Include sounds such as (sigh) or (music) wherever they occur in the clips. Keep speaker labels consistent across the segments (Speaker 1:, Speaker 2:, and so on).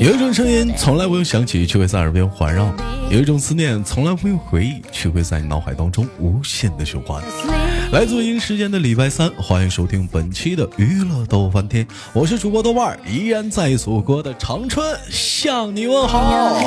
Speaker 1: 有一种声音从来不用想起，却会在耳边环绕；有一种思念从来不用回忆，却会在你脑海当中无限的循环。来自音时间的礼拜三，欢迎收听本期的娱乐逗翻天，我是主播豆瓣儿，依然在祖国的长春向你问好。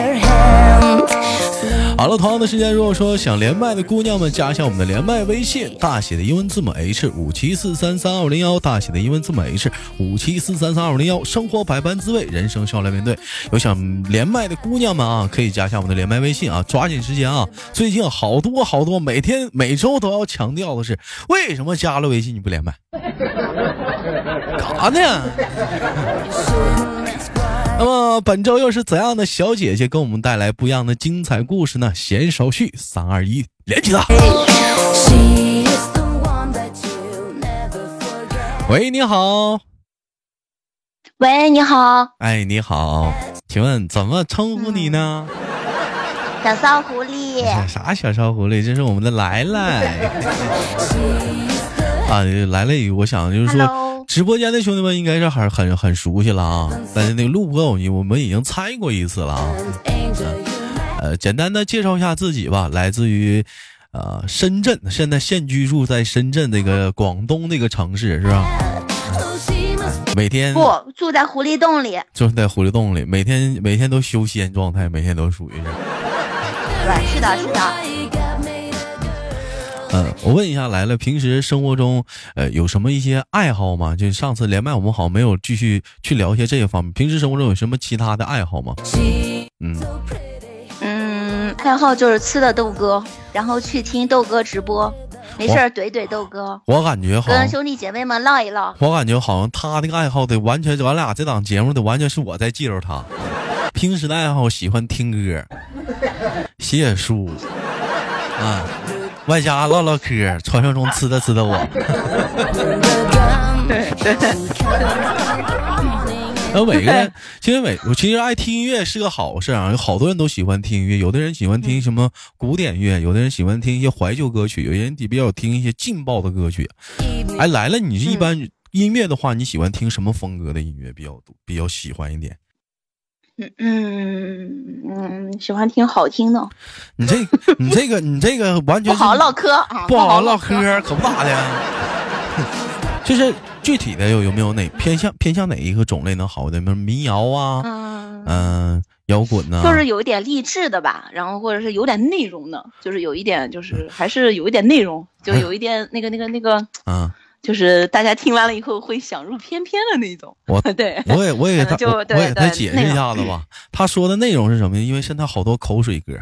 Speaker 1: 好了，同样的时间，如果说想连麦的姑娘们，加一下我们的连麦微信，大写的英文字母 H 五七四三三二零幺，大写的英文字母 H 五七四三三二零幺。生活百般滋味，人生笑来面对。有想连麦的姑娘们啊，可以加一下我们的连麦微信啊，抓紧时间啊！最近好多好多，每天每周都要强调的是，为什么加了微信你不连麦？干啥呢？那么本周又是怎样的小姐姐给我们带来不一样的精彩故事呢？闲少叙，三二一，连起她。
Speaker 2: She is the one that you never forget.
Speaker 1: 喂，你好，
Speaker 3: 喂，你好，
Speaker 1: 哎，你好，请问怎么称呼你呢？
Speaker 3: 小骚狐狸，
Speaker 1: 哎啥小烧狐狸？这是我们的来来啊，来来，我想就是说
Speaker 3: Hello
Speaker 1: 直播间的兄弟们应该是很很很熟悉了啊，但是那个录播我们我们已经参与过一次了啊。
Speaker 2: Angel, you
Speaker 1: 呃，简单的介绍一下自己吧，来自于呃深圳，现在现居住在深圳这个广东这个城市，是吧？
Speaker 2: oh she must
Speaker 1: 每天
Speaker 3: 不住在狐狸洞里，
Speaker 1: 就是在狐狸洞里，每天每天都修仙状态，每天都属于是。
Speaker 3: 对，是的，是的，
Speaker 2: why you got me to girl.
Speaker 1: 嗯，我问一下来了，平时生活中呃有什么一些爱好吗？就上次连麦我们好像没有继续去聊一些这一方面，平时生活中有什么其他的爱好吗？
Speaker 2: She
Speaker 1: 嗯，
Speaker 2: so pretty.
Speaker 3: 嗯，爱好就是吃的豆哥，然后去听豆哥直播，没事儿怼怼豆哥，
Speaker 1: 我感觉好
Speaker 3: 跟
Speaker 1: 像。
Speaker 3: 兄弟姐妹们唠一唠，
Speaker 1: 我感觉好像他那个爱好得完全，咱俩这档节目得完全是我在记录他。平时的爱好喜欢听歌、写书，啊，外加唠唠嗑，传说中呲的呲的我。那每个人，其实每我其实爱听音乐是个好事啊，有好多人都喜欢听音乐，有的人喜欢听什么古典乐，有的人喜欢听一些怀旧歌曲，有人比较听一些劲爆的歌曲。哎，来了，你是一般音乐的话，你喜欢听什么风格的音乐比较多，比较喜欢一点？
Speaker 3: 嗯嗯嗯，喜欢听好听的，
Speaker 1: 你这、你这个、你这个完
Speaker 3: 不
Speaker 1: 全是
Speaker 3: 好唠嗑啊，
Speaker 1: 不好唠
Speaker 3: 唠
Speaker 1: 嗑，儿，可不咋的。 (laughs) 就是具体的有有没有哪偏向偏向哪一个种类能好的？比如民谣啊，
Speaker 3: 嗯。
Speaker 1: 嗯、摇滚呐、
Speaker 3: 就是有一点励志的吧，然后或者是有点内容的，就是有一点，
Speaker 1: 嗯
Speaker 3: 就是还是有一点内容，
Speaker 1: 哎
Speaker 3: 就有一点那个那个那个，
Speaker 1: 啊，
Speaker 3: 就是大家听完了以后会想入翩翩的那种。
Speaker 1: 我
Speaker 3: (laughs) 对，
Speaker 1: 我也我也给他
Speaker 3: 可能就
Speaker 1: 我我
Speaker 3: 对
Speaker 1: 也给他
Speaker 3: 对
Speaker 1: 解
Speaker 3: 内
Speaker 1: 释一
Speaker 3: 容
Speaker 1: 下子吧。他说的内容是什么？因为现在好多口水
Speaker 3: (laughs)
Speaker 1: 歌，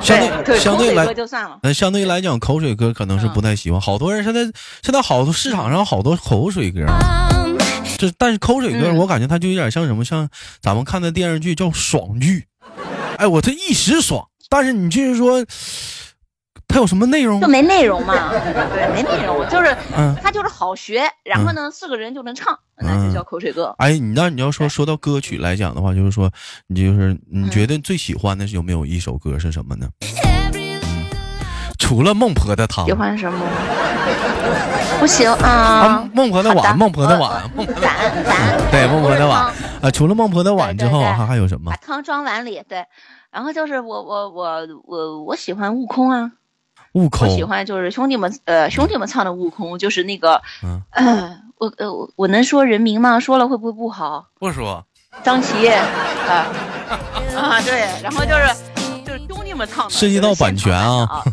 Speaker 1: 相
Speaker 3: 对对，
Speaker 1: 相对
Speaker 3: 口水
Speaker 1: 来
Speaker 3: 歌就算了。
Speaker 1: 那相对来讲，口水歌可能
Speaker 3: 嗯
Speaker 1: 是不太喜欢。好多人现在现在好多市场上好多口水歌，这但是口水歌，
Speaker 3: 嗯
Speaker 1: 我感觉它就有点像什么，像咱们看的电视剧叫爽剧。哎，我这一时爽，但是你就是说，它有什么内容
Speaker 3: 就？没内容嘛，对，没内容，就是
Speaker 1: 嗯，
Speaker 3: 他就是好学，然后呢，是个人就能唱，那就叫口水歌。
Speaker 1: 哎，你那你要说说到歌曲来讲的话，就是说，你就是
Speaker 3: 嗯
Speaker 1: 你觉得最喜欢的是有没有一首歌是什么呢？除了孟婆的汤
Speaker 3: 喜欢什么？不行啊
Speaker 1: 啊，，孟婆的
Speaker 3: 好
Speaker 1: 碗，
Speaker 3: 的
Speaker 1: 孟婆的
Speaker 3: 呃
Speaker 1: 碗，孟婆的碗。
Speaker 3: 碗碗，
Speaker 1: 对，孟婆的碗
Speaker 3: 汤，
Speaker 1: 啊，除了孟婆的碗之后，
Speaker 3: 对啊对对
Speaker 1: 还还有什么
Speaker 3: 把？汤装碗里，对。然后就是我我我我我喜欢悟空啊，
Speaker 1: 悟
Speaker 3: 我
Speaker 1: 空，
Speaker 3: 喜欢就是兄弟们呃兄弟们唱的悟空，就是那个，
Speaker 1: 嗯
Speaker 3: (clears throat) 呃我呃我我能说人名吗？说了会不会不好？
Speaker 1: 不说，
Speaker 3: 张琪，啊 (laughs) 啊对，然后就是就是兄弟们唱的，
Speaker 1: 涉及到版权啊
Speaker 3: 啊，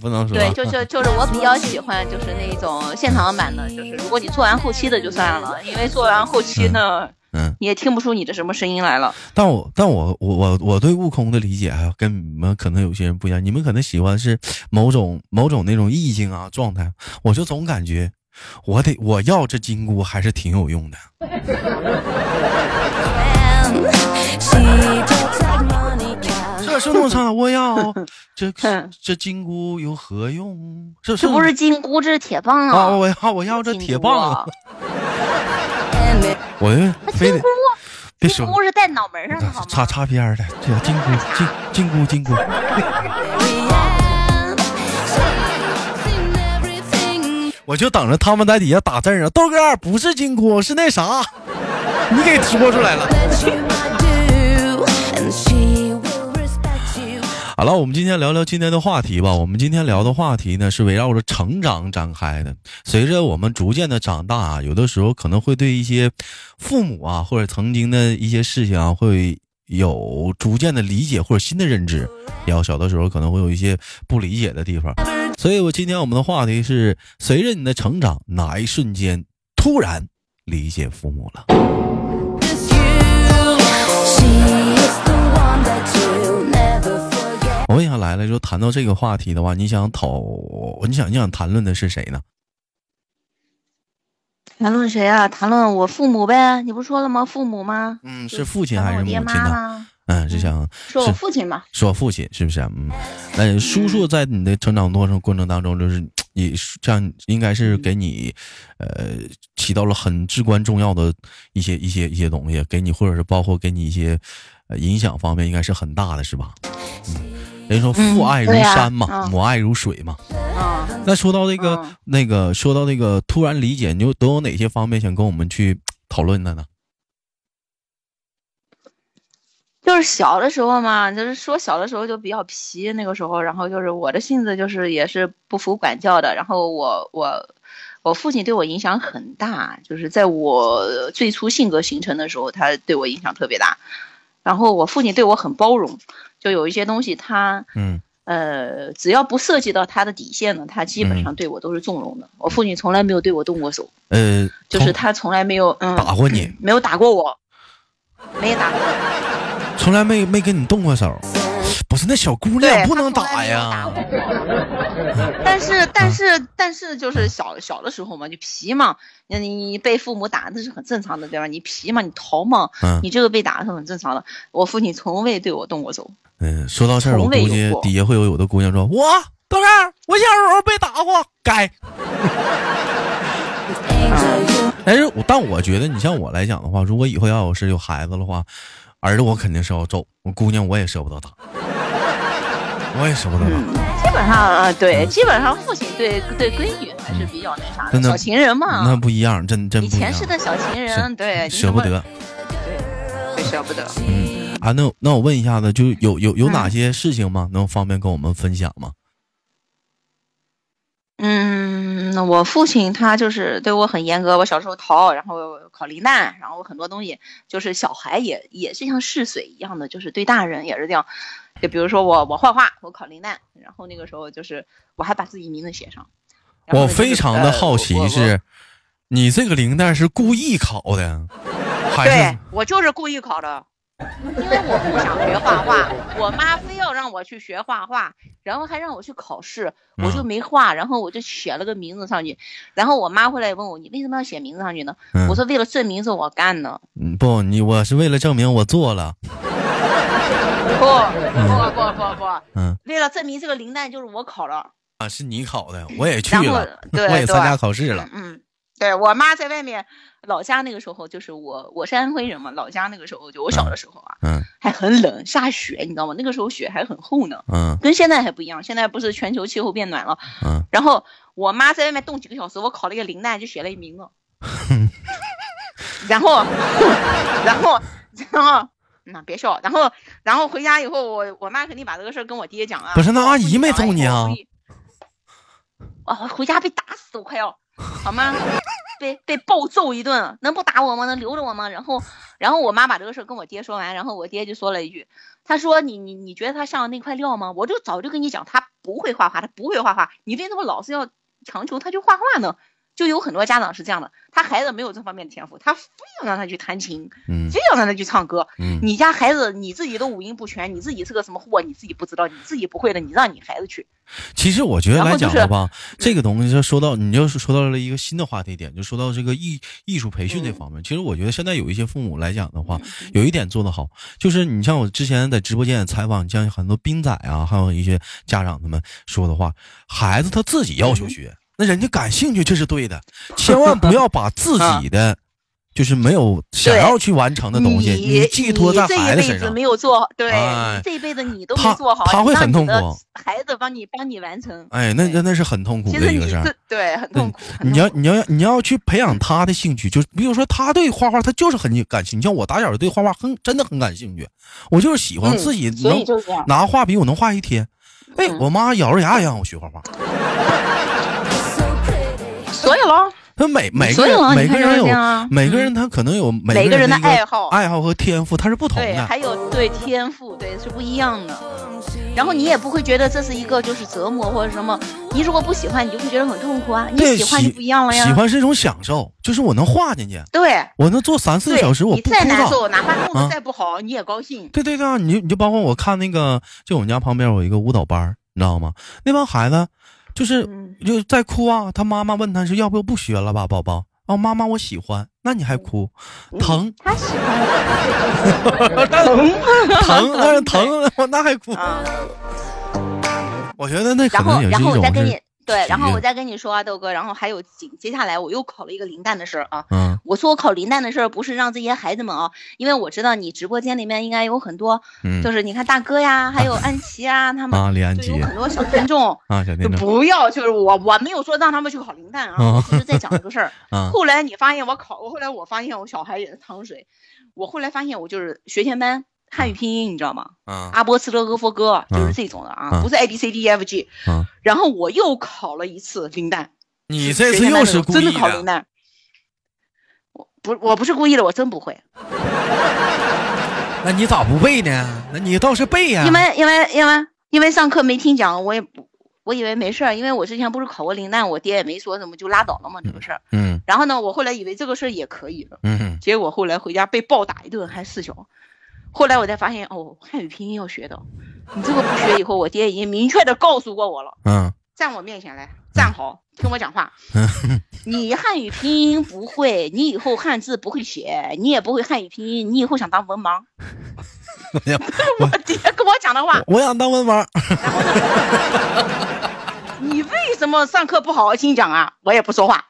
Speaker 1: 不 (laughs) 能说。
Speaker 3: 对，就就就是我比较喜欢就是那种现场版的，就是如果你做完后期的就算了，因为做完后期呢，
Speaker 1: 嗯，
Speaker 3: 你也听不出你这什么声音来了。
Speaker 1: 但我但我我我我对悟空的理解啊，跟你们可能有些人不一样，你们可能喜欢是某种某种那种意境啊状态，我就总感觉。我得我要这金箍还是挺有用的，这是
Speaker 3: (laughs)
Speaker 1: 弄唱我要这
Speaker 3: 嗯
Speaker 1: 这金箍有何用？这
Speaker 3: 这不是金箍，这是铁棒
Speaker 1: 啊！
Speaker 3: 啊！
Speaker 1: 我要我要这
Speaker 3: 金箍
Speaker 1: 铁棒啊
Speaker 3: 啊！
Speaker 1: 我就非得哎别
Speaker 3: 金
Speaker 1: 说
Speaker 3: 箍是在脑门上的好
Speaker 1: 擦
Speaker 3: 吗？
Speaker 1: 擦边儿的，这金箍金金箍金箍。我就等着他们在底下打字儿啊，豆哥不是金箍，是那啥，你给说出来了。
Speaker 2: that you might do, and she will respect you.
Speaker 1: 好了，我们今天聊聊今天的话题吧。我们今天聊的话题呢，是围绕着成长展开的。随着我们逐渐的长大啊，有的时候可能会对一些父母啊，或者曾经的一些事情啊，会有逐渐的理解或者新的认知。然后小的时候可能会有一些不理解的地方，所以我今天我们的话题是：随着你的成长，哪一瞬间突然理解父母了？
Speaker 2: It's you. She is the one that you'll never forget.
Speaker 1: 我问一下来了，就谈到这个话题的话，你想讨，你想你想谈论的是谁呢？
Speaker 3: 谈论谁啊？谈论我父母呗。你不说了吗？父母吗？
Speaker 1: 嗯，是父亲
Speaker 3: 谈
Speaker 1: 还
Speaker 3: 论
Speaker 1: 是
Speaker 3: 我
Speaker 1: 母
Speaker 3: 爹
Speaker 1: 亲
Speaker 3: 妈
Speaker 1: 呢？
Speaker 3: 啦？
Speaker 1: 嗯，是想
Speaker 3: 说我
Speaker 1: 是
Speaker 3: 父亲吧。
Speaker 1: 说父亲是不是啊？嗯，那叔叔在你的成长过程过程当中，就是你这样应该是给你，呃，起到了很至关重要的一些一些一些东西，给你或者是包括给你一些、呃、影响方面，应该是很大的，是吧？嗯，人家说父爱如
Speaker 3: 对呀
Speaker 1: 山嘛，
Speaker 3: 嗯
Speaker 1: 母爱如水嘛。
Speaker 3: 啊，
Speaker 1: 那说到这个、
Speaker 3: 嗯
Speaker 1: 那个，说到这个突然理解，你就都有哪些方面想跟我们去讨论的呢？
Speaker 3: 就是小的时候嘛，就是说小的时候就比较皮，那个时候，然后就是我的性子就是也是不服管教的，然后我我我父亲对我影响很大，就是在我最初性格形成的时候，他对我影响特别大。然后我父亲对我很包容，就有一些东西他
Speaker 1: 嗯
Speaker 3: 呃只要不涉及到他的底线呢，他基
Speaker 1: 嗯
Speaker 3: 本上对我都是纵容的。我父亲从来没有对我动过手，
Speaker 1: 呃，
Speaker 3: 就是
Speaker 1: 从
Speaker 3: 他从来没有嗯
Speaker 1: 打过你，
Speaker 3: 没有打过我，没有打过我。
Speaker 1: 从来没没跟你动过手。不是那小姑
Speaker 3: 对，
Speaker 1: 娘不能
Speaker 3: 他从
Speaker 1: 打
Speaker 3: 来没有打
Speaker 1: 呀，
Speaker 3: 过。但是，
Speaker 1: 嗯
Speaker 3: 但是，但是，就是小小的时候嘛，就皮嘛，你你被父母打那是很正常的，对吧？你皮嘛，你逃嘛，
Speaker 1: 嗯
Speaker 3: 你这个被打是很正常的。我父亲从未对我动过手，
Speaker 1: 嗯，说到这儿，我
Speaker 3: 从未
Speaker 1: 估
Speaker 3: 有
Speaker 1: 计
Speaker 3: 过
Speaker 1: 底下会有有的姑娘说，我豆干，我小时候被打过，该。但是哎我但我觉得，你像我来讲的话，如果以后要我是有孩子的话，儿子我肯定是要揍，我姑娘我也舍不得打， (laughs) 我也舍不得打。
Speaker 3: 基本上啊，对，基本上父亲对对闺女还是比较那啥
Speaker 1: 真的
Speaker 3: 小情人
Speaker 1: 那
Speaker 3: 嘛，
Speaker 1: 不一样，真真
Speaker 3: 你
Speaker 1: 不一
Speaker 3: 嗯前
Speaker 1: 样，
Speaker 3: 世的小情人，对，你
Speaker 1: 舍不
Speaker 3: 怎么
Speaker 1: 得，
Speaker 3: 对舍不得。
Speaker 1: 啊。那那我问一下子，就有有有哪些事情吗？能方便跟我们分享吗？
Speaker 3: 嗯，那我父亲他就是对我很严格。我小时候逃，然后考罹难，然后很多东西就是小孩也也是像试水一样的，就是对大人也是这样。就比如说我我画画，我考罹难，然后那个时候就是我还把自己名字写上。然后
Speaker 1: 我
Speaker 3: 呢就是
Speaker 1: 非常的
Speaker 3: 呃
Speaker 1: 好
Speaker 3: 我
Speaker 1: 奇
Speaker 3: 我
Speaker 1: 是，你这个零蛋是故意考的，
Speaker 3: (laughs)
Speaker 1: 还
Speaker 3: 对
Speaker 1: 是
Speaker 3: 我就是故意考的，因为我不想学画
Speaker 1: (laughs)
Speaker 3: 画，我妈非要让我去学画画，然后还让我去考试，我就
Speaker 1: 嗯
Speaker 3: 没画，然后我就写了个名字上去，然后我妈回来问我，你为什么要写名字上去呢？
Speaker 1: 嗯
Speaker 3: 我说为了证明是我干的。
Speaker 1: 嗯不？你我是为了证明我做了，
Speaker 3: 不不不不不，
Speaker 1: 嗯
Speaker 3: 为了证明这个零蛋就是我考了。
Speaker 1: 啊，是你考的，我也去
Speaker 3: 然后
Speaker 1: 了，
Speaker 3: 对
Speaker 1: (laughs) 我也
Speaker 3: 对
Speaker 1: 参加考试了
Speaker 3: 嗯，嗯，对我妈在外面，老家那个时候就是我我是安徽人嘛，老家那个时候就我小的时候啊，
Speaker 1: 嗯
Speaker 3: 还很冷，下雪，你知道吗？那个时候雪还很厚呢。
Speaker 1: 嗯
Speaker 3: 跟现在还不一样，现在不是全球气候变暖了。
Speaker 1: 嗯，
Speaker 3: 然后我妈在外面冻几个小时，我考了一个零蛋，就学了一
Speaker 1: (laughs)
Speaker 3: 名字。然后， (laughs) 然后，然后，那别笑。然后，然后回家以后，我我妈肯定把这个事儿跟我爹讲啊。
Speaker 1: 不是那
Speaker 3: 我
Speaker 1: 阿
Speaker 3: 父
Speaker 1: 姨
Speaker 3: 亲
Speaker 1: 没
Speaker 3: 讲完
Speaker 1: 揍
Speaker 3: 以
Speaker 1: 你
Speaker 3: 后
Speaker 1: 啊
Speaker 3: 我一？啊，回家被打死，我快要，好吗？被被暴揍一顿，能不打我吗？能留着我吗？然后，然后我妈把这个事儿跟我爹说完，然后我爹就说了一句，他说你你你觉得他上那块料吗？我就早就跟你讲，他不会画画，他不会画画，你为什么老是要强求他去画画呢？就有很多家长是这样的，他孩子没有这方面的天赋，他非要让他去弹琴，
Speaker 1: 嗯
Speaker 3: 非要让他去唱歌。
Speaker 1: 嗯
Speaker 3: 你家孩子你自己都五音不全，你自己是个什么货，你自己不知道，你自己不会的，你让你孩子去。
Speaker 1: 其实我觉得
Speaker 3: 然后
Speaker 1: 来
Speaker 3: 就
Speaker 1: 讲
Speaker 3: 是嗯
Speaker 1: 的吧，这个东西就说到，你就说到了一个新的话题点，就说到这个艺艺术培训这
Speaker 3: 嗯
Speaker 1: 方面。其实我觉得现在有一些父母来讲的话，有一点做得好，就是你像我之前在直播间也采访，像很多兵仔啊，还有一些家长他们说的话，孩子他自
Speaker 3: 嗯 (laughs)
Speaker 1: 己要求学，那人家感兴趣这是对的，千万不要把自己的。就是没有想
Speaker 3: 啊对
Speaker 1: 要去完成的东西，
Speaker 3: 你
Speaker 1: 你寄托在孩子
Speaker 3: 你这
Speaker 1: 身
Speaker 3: 一辈子
Speaker 1: 上。
Speaker 3: 没有做好，对，
Speaker 1: 哎
Speaker 3: 你这一辈子你都
Speaker 1: 他
Speaker 3: 没做好，
Speaker 1: 他会很痛苦
Speaker 3: 让你的孩子帮你帮你完成，
Speaker 1: 哎，那那那是很痛苦
Speaker 3: 其
Speaker 1: 的
Speaker 3: 实
Speaker 1: 一个
Speaker 3: 你
Speaker 1: 事儿
Speaker 3: 自。对很
Speaker 1: 对
Speaker 3: 痛苦。很
Speaker 1: 你
Speaker 3: 痛
Speaker 1: 要
Speaker 3: 苦
Speaker 1: 你要你要去培养他的兴趣，就是比如说他对画画，他就是很感兴趣。你像我打小就对画画很真的很感兴趣，我就是喜欢
Speaker 3: 嗯
Speaker 1: 自己
Speaker 3: 所以
Speaker 1: 能
Speaker 3: 就嗯这样
Speaker 1: 拿画笔，我能画一天。哎，我妈咬着牙也让我学画画。
Speaker 3: 所以喽，
Speaker 1: 他每每个
Speaker 3: 所以
Speaker 1: 人
Speaker 3: 啊
Speaker 1: 每
Speaker 3: 你
Speaker 1: 个
Speaker 3: 看
Speaker 1: 人
Speaker 3: 就是
Speaker 1: 有
Speaker 3: 这样啊
Speaker 1: 每个人他可能有每
Speaker 3: 每
Speaker 1: 个
Speaker 3: 个人
Speaker 1: 的
Speaker 3: 的
Speaker 1: 一个
Speaker 3: 爱好啊
Speaker 1: 爱好和天赋，他是不同啊
Speaker 3: 对，
Speaker 1: 的。
Speaker 3: 还有对天赋，对是不一样的。然后你也不会觉得这是一个就是折磨或者什么，你如果不喜欢，你就会觉得很痛苦啊。你
Speaker 1: 对，
Speaker 3: 喜欢就不一样了呀。
Speaker 1: 喜欢是一种享受，就是我能画进去，
Speaker 3: 对
Speaker 1: 我能做三四个
Speaker 3: 对，
Speaker 1: 小时，我
Speaker 3: 你
Speaker 1: 不枯
Speaker 3: 再难
Speaker 1: 燥。
Speaker 3: 受，哪怕弄
Speaker 1: 啊
Speaker 3: 得再不好，你也高兴。
Speaker 1: 对对对啊，你你就包括我看那个，就我们家旁边有一个舞蹈班儿，你知道吗？那帮孩子就是、
Speaker 3: 嗯
Speaker 1: 就在哭啊，他妈妈问他是要不要不学了吧，宝宝。哦，妈妈，我喜欢，那你还哭，疼
Speaker 3: 嗯他喜欢我
Speaker 1: (laughs) 疼，那是疼，我那还哭。
Speaker 3: 啊。
Speaker 1: 我觉得那可
Speaker 3: 然后
Speaker 1: 能也，是
Speaker 3: 然
Speaker 1: 一
Speaker 3: 后我
Speaker 1: 种
Speaker 3: 再跟
Speaker 1: 是
Speaker 3: 你，对，然
Speaker 1: 喜
Speaker 3: 后
Speaker 1: 悦
Speaker 3: 我再跟你说啊，豆哥，然后还有紧接下来我又考了一个林丹的事儿啊。
Speaker 1: 嗯
Speaker 3: 我说我考林丹的事儿，不是让这些孩子们啊，因为我知道你直播间里面应该有很多，
Speaker 1: 嗯
Speaker 3: 就是你看大哥呀，还有安琪啊，他们
Speaker 1: 啊，李安
Speaker 3: 就
Speaker 1: 吉
Speaker 3: 有很多小听众，
Speaker 1: 啊，小
Speaker 3: 就
Speaker 1: 天正
Speaker 3: 不要，就是我我没有说让他们去考林丹啊，
Speaker 1: 啊
Speaker 3: 我就是在讲这个事
Speaker 1: (laughs)
Speaker 3: 儿。
Speaker 1: 啊，
Speaker 3: 后来你发现我考过，后来我发现我小孩也是糖水，我后来发现我就是学前班汉语拼音，你知道吗？
Speaker 1: 啊
Speaker 3: 阿波斯勒哥佛哥就
Speaker 1: 嗯
Speaker 3: 是这种的
Speaker 1: 嗯
Speaker 3: 啊，不是 A B C D E F G。
Speaker 1: 啊！
Speaker 3: 然后我又考了一次林丹，
Speaker 1: 你这
Speaker 3: 学
Speaker 1: 次
Speaker 3: 前班
Speaker 1: 又
Speaker 3: 那
Speaker 1: 是
Speaker 3: 种
Speaker 1: 故
Speaker 3: 真的
Speaker 1: 意
Speaker 3: 考林
Speaker 1: 的，
Speaker 3: 丹。我不，我不是故意的，我真不会。
Speaker 1: 那你咋不背呢？那你倒是背哎呀！
Speaker 3: 因为因为因为因为上课没听讲，我也不我以为没事儿，因为我之前不是考过林丹，我爹也没说什么，就拉倒了嘛这个事儿。
Speaker 1: 嗯
Speaker 3: 然后呢，我后来以为这个事儿也可以了，
Speaker 1: 嗯
Speaker 3: 结果后来回家被暴打一顿，还四小。后来我才发现，哦，汉语拼音要学的，你这个不学以后，我爹已经明确的告诉过我了， (laughs)
Speaker 1: 嗯
Speaker 3: 站我面前来，站好，听我讲话。你汉语拼音不会，你以后汉字不会写，你也不会汉语拼音，你以后想当文盲。我爹跟我讲的话，
Speaker 1: (laughs) 我想当文盲，
Speaker 3: 你为什么上课不好好听讲啊？我也不说话。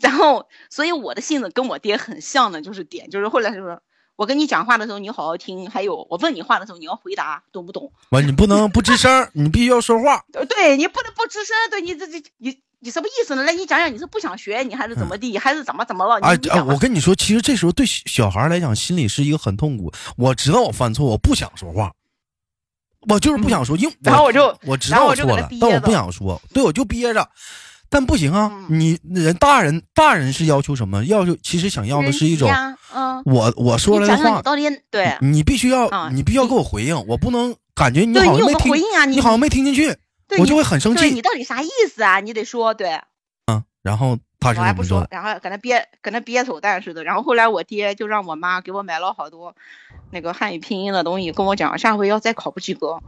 Speaker 3: 然后，所以我的性子跟我爹很像的，就是点，就是后来就是我跟你讲话的时候，你好好听；还有我问你话的时候，你要回答，懂不懂？
Speaker 1: 完你不能不吱声，你必须要
Speaker 3: (laughs)
Speaker 1: 说话。
Speaker 3: 呃对你不能不吱声，对你这这你你什么意思呢？来，你讲讲你是不想学，你还是怎么地，还是怎么怎么了？你
Speaker 1: 哎
Speaker 3: 啊你
Speaker 1: 哎，
Speaker 3: 讲吧
Speaker 1: 我跟你说，其实这时候对小小孩来讲，心里是一个很痛苦。我知道我犯错，我不想说话，我就是不想说，因为
Speaker 3: 嗯然后我就
Speaker 1: 哎我知
Speaker 3: 然
Speaker 1: 道
Speaker 3: 后
Speaker 1: 我
Speaker 3: 我就
Speaker 1: 错
Speaker 3: 给
Speaker 1: 了
Speaker 3: 他憋，
Speaker 1: 但我
Speaker 3: 着嗯
Speaker 1: 不想说，对，我就憋着。但不行啊，你人大人大人是要求什么？要求其实想要的
Speaker 3: 人
Speaker 1: 是一
Speaker 3: 急
Speaker 1: 种，
Speaker 3: 呀嗯，
Speaker 1: 我我说了
Speaker 3: 你
Speaker 1: 的
Speaker 3: 讲讲
Speaker 1: 话
Speaker 3: 你，到底对
Speaker 1: 你必须要、
Speaker 3: 啊
Speaker 1: 你必须要给我回应，我不能感觉你
Speaker 3: 对
Speaker 1: 好像
Speaker 3: 你有
Speaker 1: 没
Speaker 3: 个
Speaker 1: 听，
Speaker 3: 回应啊，
Speaker 1: 你好像没听进去，
Speaker 3: 对
Speaker 1: 我
Speaker 3: 你
Speaker 1: 就会很生
Speaker 3: 对你
Speaker 1: 气。啊
Speaker 3: 到底啥意思啊？你得说对。
Speaker 1: 然后他是这
Speaker 3: 我还
Speaker 1: 么
Speaker 3: 不
Speaker 1: 说
Speaker 3: 说
Speaker 1: 的，，
Speaker 3: 然后搁那憋搁那憋手蛋似的。然后后来我爹就让我妈给我买了好多那个汉语拼音的东西，跟我讲下回要再考不及格，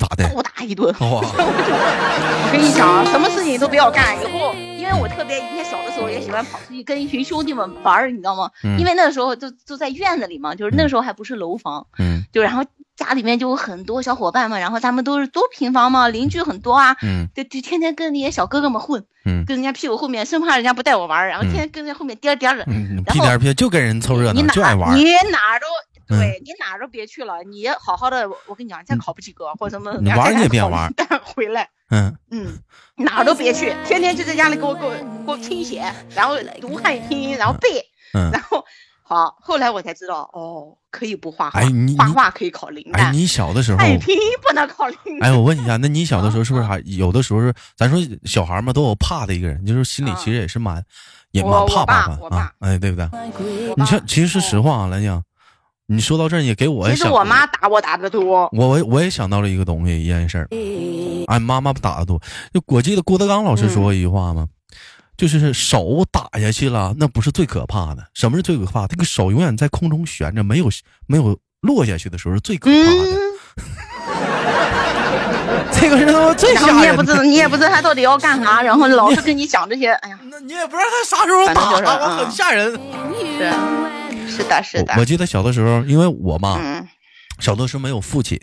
Speaker 1: 咋的？
Speaker 3: 殴打一顿。
Speaker 1: 哇，
Speaker 3: 我跟你讲啊，什么事情都不要干。以后，因为我特别以前小的时候也喜欢跑出去跟一群兄弟们玩儿，你知道吗？
Speaker 1: 嗯
Speaker 3: 因为那时候就就在院子里嘛，就是那时候还不是楼房，
Speaker 1: 嗯
Speaker 3: 就然后家里面就有很多小伙伴嘛，然后他们都是租平房嘛，邻居很多啊，
Speaker 1: 嗯
Speaker 3: 就就天天跟那些小哥哥们混，
Speaker 1: 嗯
Speaker 3: 跟人家屁股后面，生怕人家不带我玩儿，然后天天跟在后面颠儿颠儿的。
Speaker 1: 嗯，
Speaker 3: 然
Speaker 1: 屁
Speaker 3: 后
Speaker 1: 颠儿屁就跟人凑热
Speaker 3: 你
Speaker 1: 闹，
Speaker 3: 哪
Speaker 1: 就爱玩儿。
Speaker 3: 你哪儿都
Speaker 1: 嗯
Speaker 3: 对、你哪儿都别去了，你好好的，我跟你讲，再考不及格或者什么，
Speaker 1: 你玩儿你也别玩儿，
Speaker 3: 但回来。
Speaker 1: 嗯，
Speaker 3: 嗯，哪儿都别去，天天就在家里给我给我给我听写，然后读汉语拼音，然后背，
Speaker 1: 嗯
Speaker 3: (laughs) 然后好，后来我才知道，哦，可以不画画，
Speaker 1: 哎你
Speaker 3: 画
Speaker 1: 你
Speaker 3: 画可以考零
Speaker 1: 哎，
Speaker 3: 蛋，
Speaker 1: 你小的时候，
Speaker 3: 汉语拼音不能考零蛋。
Speaker 1: 哎，我问一下，那你小的时候是不是还有的时候是，咱说小孩嘛都有怕的一个人，就是心里
Speaker 3: 啊
Speaker 1: 其实也是蛮也蛮
Speaker 3: 我
Speaker 1: 怕
Speaker 3: 我爸
Speaker 1: 爸
Speaker 3: 我
Speaker 1: 爸啊，哎，对不对？
Speaker 3: 我
Speaker 1: 你
Speaker 3: 爸
Speaker 1: 像其实是实话啊来讲，你说到这儿也给我也
Speaker 3: 其实
Speaker 1: 想，
Speaker 3: 我妈打我打的多，
Speaker 1: 我我我也想到了一个东西，一件事儿。俺、哎妈妈打的多，就我记得郭德纲老师说
Speaker 3: 嗯
Speaker 1: 过一句话嘛，就是手打下去了，那不是最可怕的。什么是最可怕的？这个手永远在空中悬着，没有没有落下去的时候是最可怕的。
Speaker 3: 嗯，
Speaker 1: (laughs) 这个是他妈最
Speaker 3: 然后
Speaker 1: 吓
Speaker 3: 你也
Speaker 1: 人
Speaker 3: 不知
Speaker 1: 的。
Speaker 3: 道你也不知道他到底要干啥，然后老是跟你讲这些，哎呀，
Speaker 1: 那你也不知道他啥时候打
Speaker 3: 反正就是
Speaker 1: 的，我很
Speaker 3: 嗯
Speaker 1: 吓人。
Speaker 3: 是是的，是的
Speaker 1: 我，我记得小的时候，因为我妈、
Speaker 3: 嗯
Speaker 1: 小的时候没有父亲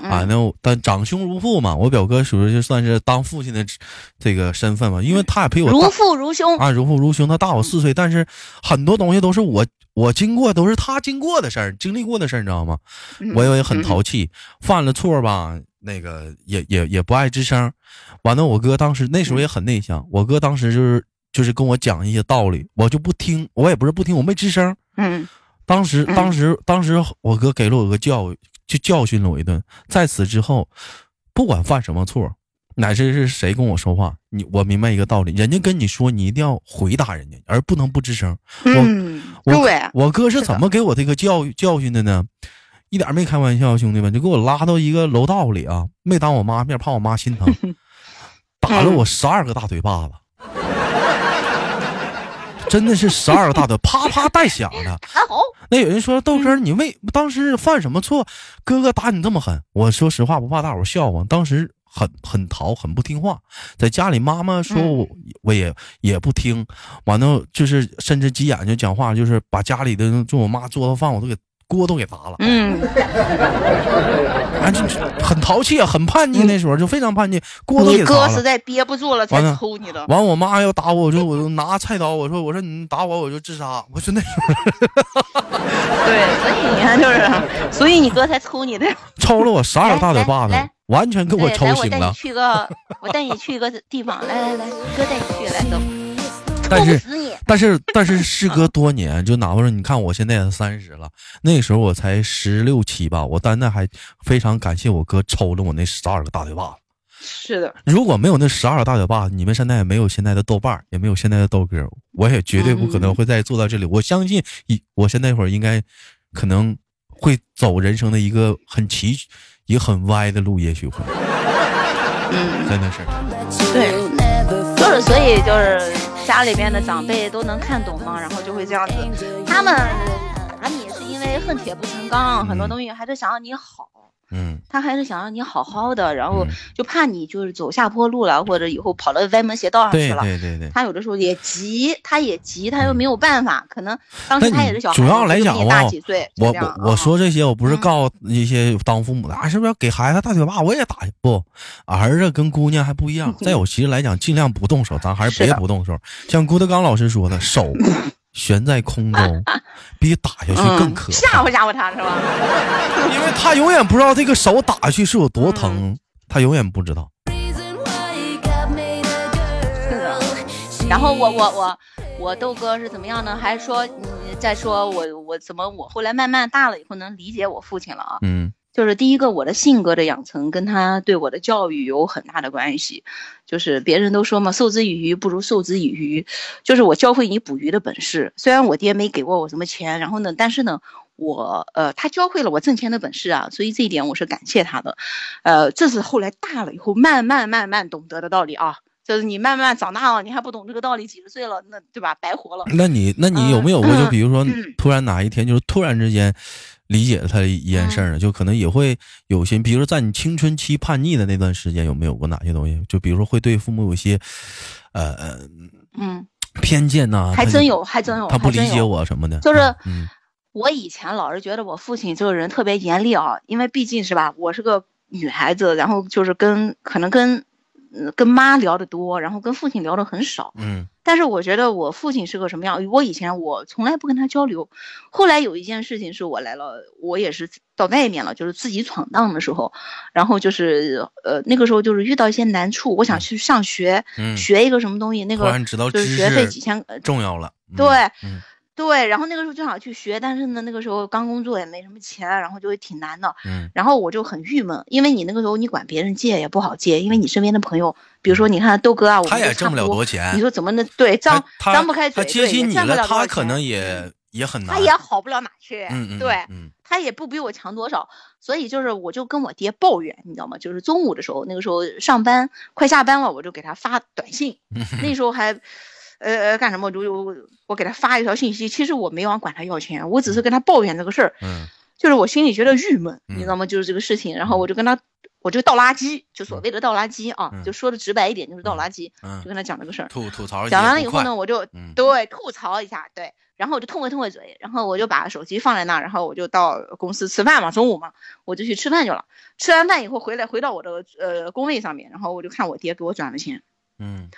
Speaker 1: 啊，
Speaker 3: 嗯
Speaker 1: 那我但长兄如父嘛，我表哥属于就算是当父亲的这这个身份嘛，因为他也陪我
Speaker 3: 如
Speaker 1: 大
Speaker 3: 父如兄，
Speaker 1: 啊，如父如兄，他
Speaker 3: 嗯
Speaker 1: 大我四岁，但是很多东西都是我我经过，都是他经过的事儿，经历过的事儿，你知道吗？
Speaker 3: 嗯
Speaker 1: 我也很淘气，犯了错吧，那个也也也不爱吱声。完了，我哥当时那
Speaker 3: 嗯
Speaker 1: 时候也很内向，我哥当时就是就是跟我讲一些道理，我就不听，我也不是不听，我没吱声。
Speaker 3: 嗯
Speaker 1: 当时，
Speaker 3: 嗯
Speaker 1: 当时，当时，我哥给了我个教育，就教训了我一顿。在此之后，不管犯什么错，乃至是谁跟我说话，你我明白一个道理，人家跟你说，你一定要回答人家，而不能不吱声。
Speaker 3: 嗯，
Speaker 1: 我
Speaker 3: 对，
Speaker 1: 我哥是
Speaker 3: 是的
Speaker 1: 怎么给我这个教育教训的呢？一点没开玩笑，兄弟们，就给我拉到一个楼道里啊，没当我妈面，怕我妈心疼，
Speaker 3: (laughs)
Speaker 1: 打了我
Speaker 3: 嗯
Speaker 1: 十二个大嘴巴子，真的是十二个大嘴，啪啪带响的。
Speaker 3: 还啊好，
Speaker 1: 那有人说豆哥儿，
Speaker 3: 嗯
Speaker 1: 你为当时犯什么错？哥哥打你这么狠？我说实话，不怕大伙儿笑话，当时很很淘，很不听话，在家里妈妈说
Speaker 3: 嗯
Speaker 1: 我、我也也不听，完了就是甚至急眼就讲话，就是把家里的就我妈做的饭我都给锅都给砸
Speaker 3: (laughs)
Speaker 1: 了，
Speaker 3: 嗯
Speaker 1: 啊，就是很淘气啊，很叛逆，那时候就非常叛逆，锅都
Speaker 3: 嗯你
Speaker 1: 给砸
Speaker 3: 哥实
Speaker 1: 了。
Speaker 3: 在憋不住了才
Speaker 1: 完了
Speaker 3: 抽你的，
Speaker 1: 完，我妈要打我，我就我就拿菜刀，我说我说你打我我就自杀，我说那时候
Speaker 3: 对，所以你看就是，所以你哥才抽你的。
Speaker 1: 抽了我十二个大嘴巴子
Speaker 3: 来来来，
Speaker 1: 完全给
Speaker 3: 对，
Speaker 1: 我抽
Speaker 3: 来
Speaker 1: 醒
Speaker 3: 我带
Speaker 1: 了
Speaker 3: 你。 (laughs) 去个，我带你去一个地方，来来来，哥带你去，来走，
Speaker 1: 但
Speaker 3: 抽
Speaker 1: 是
Speaker 3: 不死你。
Speaker 1: 但是但是，事隔多年，就哪怕说你看我现在三十了，那时候我才十六七吧，我但那还非常感谢我哥抽了我那十二个大嘴巴子。
Speaker 3: 是的，
Speaker 1: 如果没有那十二个大嘴巴子，你们现在也没有现在的豆瓣儿，也没有现在的豆哥，我也绝对不
Speaker 3: 嗯
Speaker 1: 可能会再坐到这里。我相信一，我现在一会儿应该可能会走人生的一个很崎一个很歪的路，也许会
Speaker 3: 嗯，
Speaker 1: 真的是。
Speaker 3: 对就是所以就是家里边的长辈都能看懂嘛，然后就会这样子。他们打你是因为恨铁不成钢，很多
Speaker 1: 嗯
Speaker 3: 东西还是想让你好。
Speaker 1: 嗯
Speaker 3: 他还是想让你好好的，然后
Speaker 1: 嗯，
Speaker 3: 就怕你就是走下坡路了，或者以后跑到歪门邪道上去
Speaker 1: 对
Speaker 3: 啊了。
Speaker 1: 对对对。
Speaker 3: 他有的时候也急，他也急，他又
Speaker 1: 嗯
Speaker 3: 没有办法，可能当时
Speaker 1: 那
Speaker 3: 他
Speaker 1: 你
Speaker 3: 也是小孩，
Speaker 1: 主要来讲
Speaker 3: 就比你大
Speaker 1: 哦
Speaker 3: 几岁，
Speaker 1: 我
Speaker 3: 就这样
Speaker 1: 我我
Speaker 3: 啊
Speaker 1: 说这些，我不是
Speaker 3: 嗯
Speaker 1: 告一些当父母的啊，是不是要给孩子大嘴巴？我也打去不，儿子跟姑娘还不一样。再有，其实来讲，尽量不动手，咱还是
Speaker 3: 嗯是
Speaker 1: 别
Speaker 3: 的
Speaker 1: 不动手。像郭德纲老师说的，
Speaker 3: (laughs)
Speaker 1: 手悬在空中，比打下去更
Speaker 3: 嗯
Speaker 1: 可
Speaker 3: 吓
Speaker 1: 怕，
Speaker 3: 唬吓唬他是吧？
Speaker 1: 因为他永远不知道这个手打下去是有多
Speaker 3: 嗯
Speaker 1: 疼，他永远不知道。
Speaker 3: 然后我我我我豆哥是怎么样呢？还说你再说我我怎么我后来慢慢大了以后能理解我父亲了啊？
Speaker 1: 嗯
Speaker 3: 就是第一个，我的性格的养成跟他对我的教育有很大的关系。就是别人都说嘛，授之以鱼不如授之以渔，就是我教会你捕鱼的本事。虽然我爹没给过我什么钱，然后呢，但是呢，我呃，他教会了我挣钱的本事啊，所以这一点我是感谢他的。呃，这是后来大了以后慢慢慢慢懂得的道理啊。就是你慢慢长大了，你还不懂这个道理，几十岁了，那对吧？白活了。
Speaker 1: 那你那你有没有过
Speaker 3: 嗯
Speaker 1: 就比如说
Speaker 3: 嗯
Speaker 1: 突然哪一天就是突然之间理解了他的一件事
Speaker 3: 嗯
Speaker 1: 儿呢？就可能也会有些，比如说在你青春期叛逆的那段时间，有没有过哪些东西？就比如说会对父母有一些呃呃
Speaker 3: 嗯，
Speaker 1: 偏见呐、啊他
Speaker 3: 还
Speaker 1: 就
Speaker 3: 真有，，还真有，
Speaker 1: 他不
Speaker 3: 还真
Speaker 1: 理解
Speaker 3: 有
Speaker 1: 我什么的，
Speaker 3: 就是
Speaker 1: 嗯
Speaker 3: 我以前老是觉得我父亲这个人特别严厉啊，因为毕竟是吧，我是个女孩子，然后就是跟可能跟、嗯跟妈聊得多，然后跟父亲聊的很少。
Speaker 1: 嗯
Speaker 3: 但是我觉得我父亲是个什么样，我以前我从来不跟他交流。后来有一件事情是我来了，我也是到外面了，就是自己闯荡的时候，然后就是呃那个时候就是遇到一些难处，我想去上学、
Speaker 1: 嗯，
Speaker 3: 学一个什么东西，那
Speaker 1: 突
Speaker 3: 个
Speaker 1: 然知道
Speaker 3: 就
Speaker 1: 知
Speaker 3: 是学费
Speaker 1: 识
Speaker 3: 几千呃
Speaker 1: 重要了，嗯
Speaker 3: 对
Speaker 1: 嗯
Speaker 3: 对，然后那个时候就想去学，但是呢，那个时候刚工作也没什么钱，然后就会挺难的。
Speaker 1: 嗯
Speaker 3: 然后我就很郁闷，因为你那个时候你管别人借也不好借，因为你身边的朋友，比如说你看豆哥啊，我
Speaker 1: 嗯
Speaker 3: 们
Speaker 1: 他
Speaker 3: 都
Speaker 1: 也
Speaker 3: 差
Speaker 1: 挣不了多
Speaker 3: 你
Speaker 1: 钱，
Speaker 3: 说怎么能对张
Speaker 1: 他
Speaker 3: 张不开嘴，
Speaker 1: 他接
Speaker 3: 对也
Speaker 1: 近你
Speaker 3: 赚不
Speaker 1: 了，
Speaker 3: 了多少
Speaker 1: 他可
Speaker 3: 钱嗯
Speaker 1: 能也也很难，
Speaker 3: 他也好不了哪去，
Speaker 1: 嗯嗯
Speaker 3: 对。
Speaker 1: 嗯
Speaker 3: 他也不比我强多少，所以就是我就跟我爹抱怨，你知道吗？就是中午的时候，那个时候上班快下班了，我就给他发
Speaker 1: (laughs)
Speaker 3: 短信，那时候还，呃呃干什么？我就我我给他发一条信息，其实我没往管他要钱，我只是跟他抱怨这个事儿，
Speaker 1: 嗯
Speaker 3: 就是我心里觉得郁闷，
Speaker 1: 嗯
Speaker 3: 你知道吗？就是这个事情，然后我就跟他。我这个倒垃圾，就所谓的倒垃圾啊，
Speaker 1: 嗯
Speaker 3: 就说的直白一点，就是倒垃圾，
Speaker 1: 嗯
Speaker 3: 就，跟他讲这个事儿。
Speaker 1: 吐吐槽一些
Speaker 3: 讲完了以
Speaker 1: 不
Speaker 3: 后
Speaker 1: 快
Speaker 3: 呢，，我就
Speaker 1: 嗯，
Speaker 3: 对吐槽一下，对，然后我就痛快痛快嘴，然后我就把手机放在那儿，然后我就到公司吃饭嘛，中午嘛，我就去吃饭去了。吃完饭以后回来，回到我的呃工位上面，然后我就看我爹给我转了钱，
Speaker 1: 嗯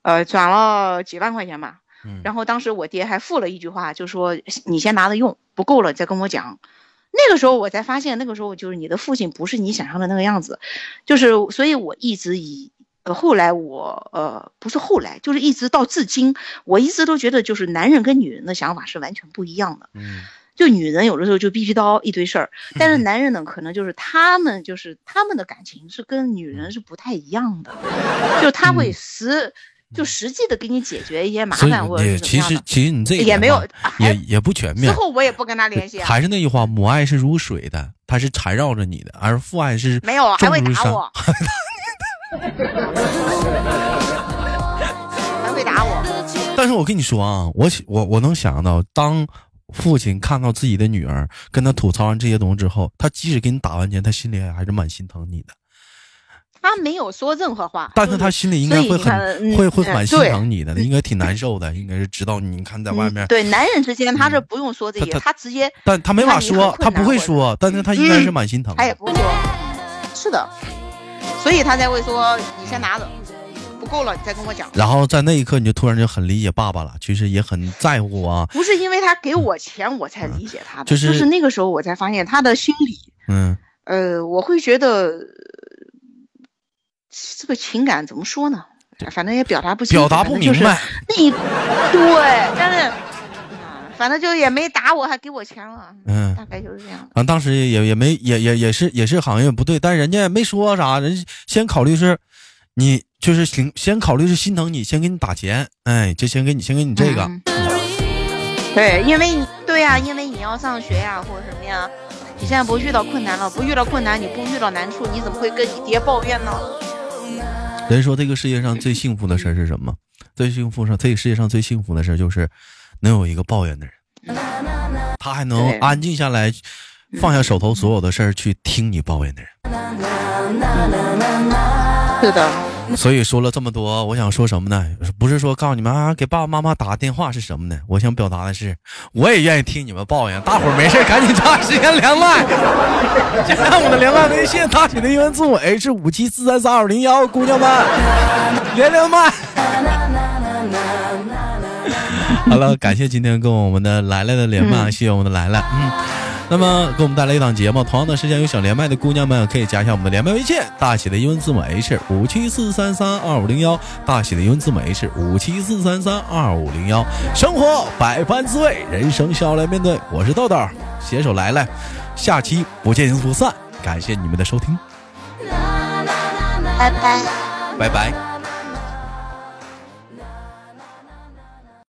Speaker 3: 呃，转了几万块钱吧。
Speaker 1: 嗯，
Speaker 3: 然后当时我爹还附了一句话，就说你先拿着用，不够了再跟我讲。那个时候我才发现，那个时候就是你的父亲不是你想象的那个样子，就是所以我一直以呃后来我呃不是后来，就是一直到至今，我一直都觉得就是男人跟女人的想法是完全不一样的。
Speaker 1: 嗯
Speaker 3: 就女人有的时候就必须叨一堆事儿，但是男人呢，可能就是他们就是他们的感情是跟女
Speaker 1: 嗯
Speaker 3: 人是不太一样的，就他会实就实际的给你解决一些麻
Speaker 1: 所以
Speaker 3: 烦或者
Speaker 1: 你
Speaker 3: 是怎
Speaker 1: 其
Speaker 3: 么样
Speaker 1: 实
Speaker 3: 的。
Speaker 1: 其实你这一
Speaker 3: 也
Speaker 1: 点
Speaker 3: 没有啊
Speaker 1: 吧，
Speaker 3: 还
Speaker 1: 也也不全
Speaker 3: 之
Speaker 1: 面。
Speaker 3: 后我也不跟他联系啊，
Speaker 1: 还是那句话，母爱是如水的，它是缠绕着你的，而父爱是
Speaker 3: 没有啊还
Speaker 1: 重
Speaker 3: 会
Speaker 1: 如
Speaker 3: 打
Speaker 1: 山
Speaker 3: 我，还会打我，
Speaker 1: 但是我跟你说啊，我喜我我能想到，当父亲看到自己的女儿跟他吐槽完这些东西之后，他即使给你打完钱，他心里还是蛮心疼你的。
Speaker 3: 哎他没有说任何话，
Speaker 1: 但是
Speaker 3: 就
Speaker 1: 他心里应该
Speaker 3: 所以
Speaker 1: 会
Speaker 3: 你
Speaker 1: 很
Speaker 3: 看嗯
Speaker 1: 会会
Speaker 3: 嗯
Speaker 1: 蛮心
Speaker 3: 对
Speaker 1: 疼你的，应该挺难受的，应该是知道你看在外面
Speaker 3: 嗯，对男人之间他是不用说这
Speaker 1: 他
Speaker 3: 些，
Speaker 1: 他
Speaker 3: 他直接
Speaker 1: 但他没
Speaker 3: 看
Speaker 1: 法
Speaker 3: 你
Speaker 1: 说
Speaker 3: 很，困
Speaker 1: 他不
Speaker 3: 难
Speaker 1: 会
Speaker 3: 或者
Speaker 1: 说，但是他应该是蛮心疼的。啊
Speaker 3: 他也不说，是的，所以他才会说你先拿着，不够了你再跟我讲。
Speaker 1: 然后在那一刻，你就突然就很理解爸爸了，其实也很在乎啊，
Speaker 3: 不是因为他给我钱我才理解他的，
Speaker 1: 嗯就是
Speaker 3: 就是那个时候我才发现他的心理
Speaker 1: 嗯
Speaker 3: 呃，我会觉得呃这个情感怎么说呢？反正也表达不清楚，
Speaker 1: 表达不明白。
Speaker 3: 反正就是那一对，但是、啊反正就也没打我，还给我钱了，
Speaker 1: 嗯
Speaker 3: 大概就是这样的。
Speaker 1: 完、当时也也没也也也是也是行业不对，但人家也没说啥，人家先考虑是，你就是行，先考虑是心疼你，先给你打钱，哎，就先给你先给你这个，
Speaker 3: 嗯对，因为你对呀、因为你要上学呀、或者什么呀，你现在不遇到困难了，不遇到困难，你不遇到难处，你怎么会跟你爹抱怨呢？
Speaker 1: 人说这个世界上最幸福的事儿是什么？最幸福上，这个世界上最幸福的事儿就是能有一个抱怨的人，他还能
Speaker 3: 对
Speaker 1: 安静下来，放下手头所有的事儿去听你抱怨的人。
Speaker 3: 是的，
Speaker 1: (laughs) 所以说了这么多，我想说什么呢？不是说告诉你们啊，给爸爸妈妈打个电话是什么呢？我想表达的是，我也愿意听你们抱怨。大伙儿没事儿赶紧抓时间连麦，加上我的连麦微信，大写的英文字母 H 五七四三三二零幺，姑娘们连连麦。 (laughs) 好了，感谢今天跟我们的来来的连麦，谢谢我们的来来，嗯。那么给我们带来一档节目，同样的时间有想连麦的姑娘们可以加一下我们的连麦微信，大写的英文字母 H 五七四三三二五零幺，大写的英文字母 H 五七四三三二五零幺。生活百般滋味，人生笑来面对。我是豆豆，携手来来，下期不见不散。感谢你们的收听，
Speaker 3: 拜拜。
Speaker 1: 拜拜。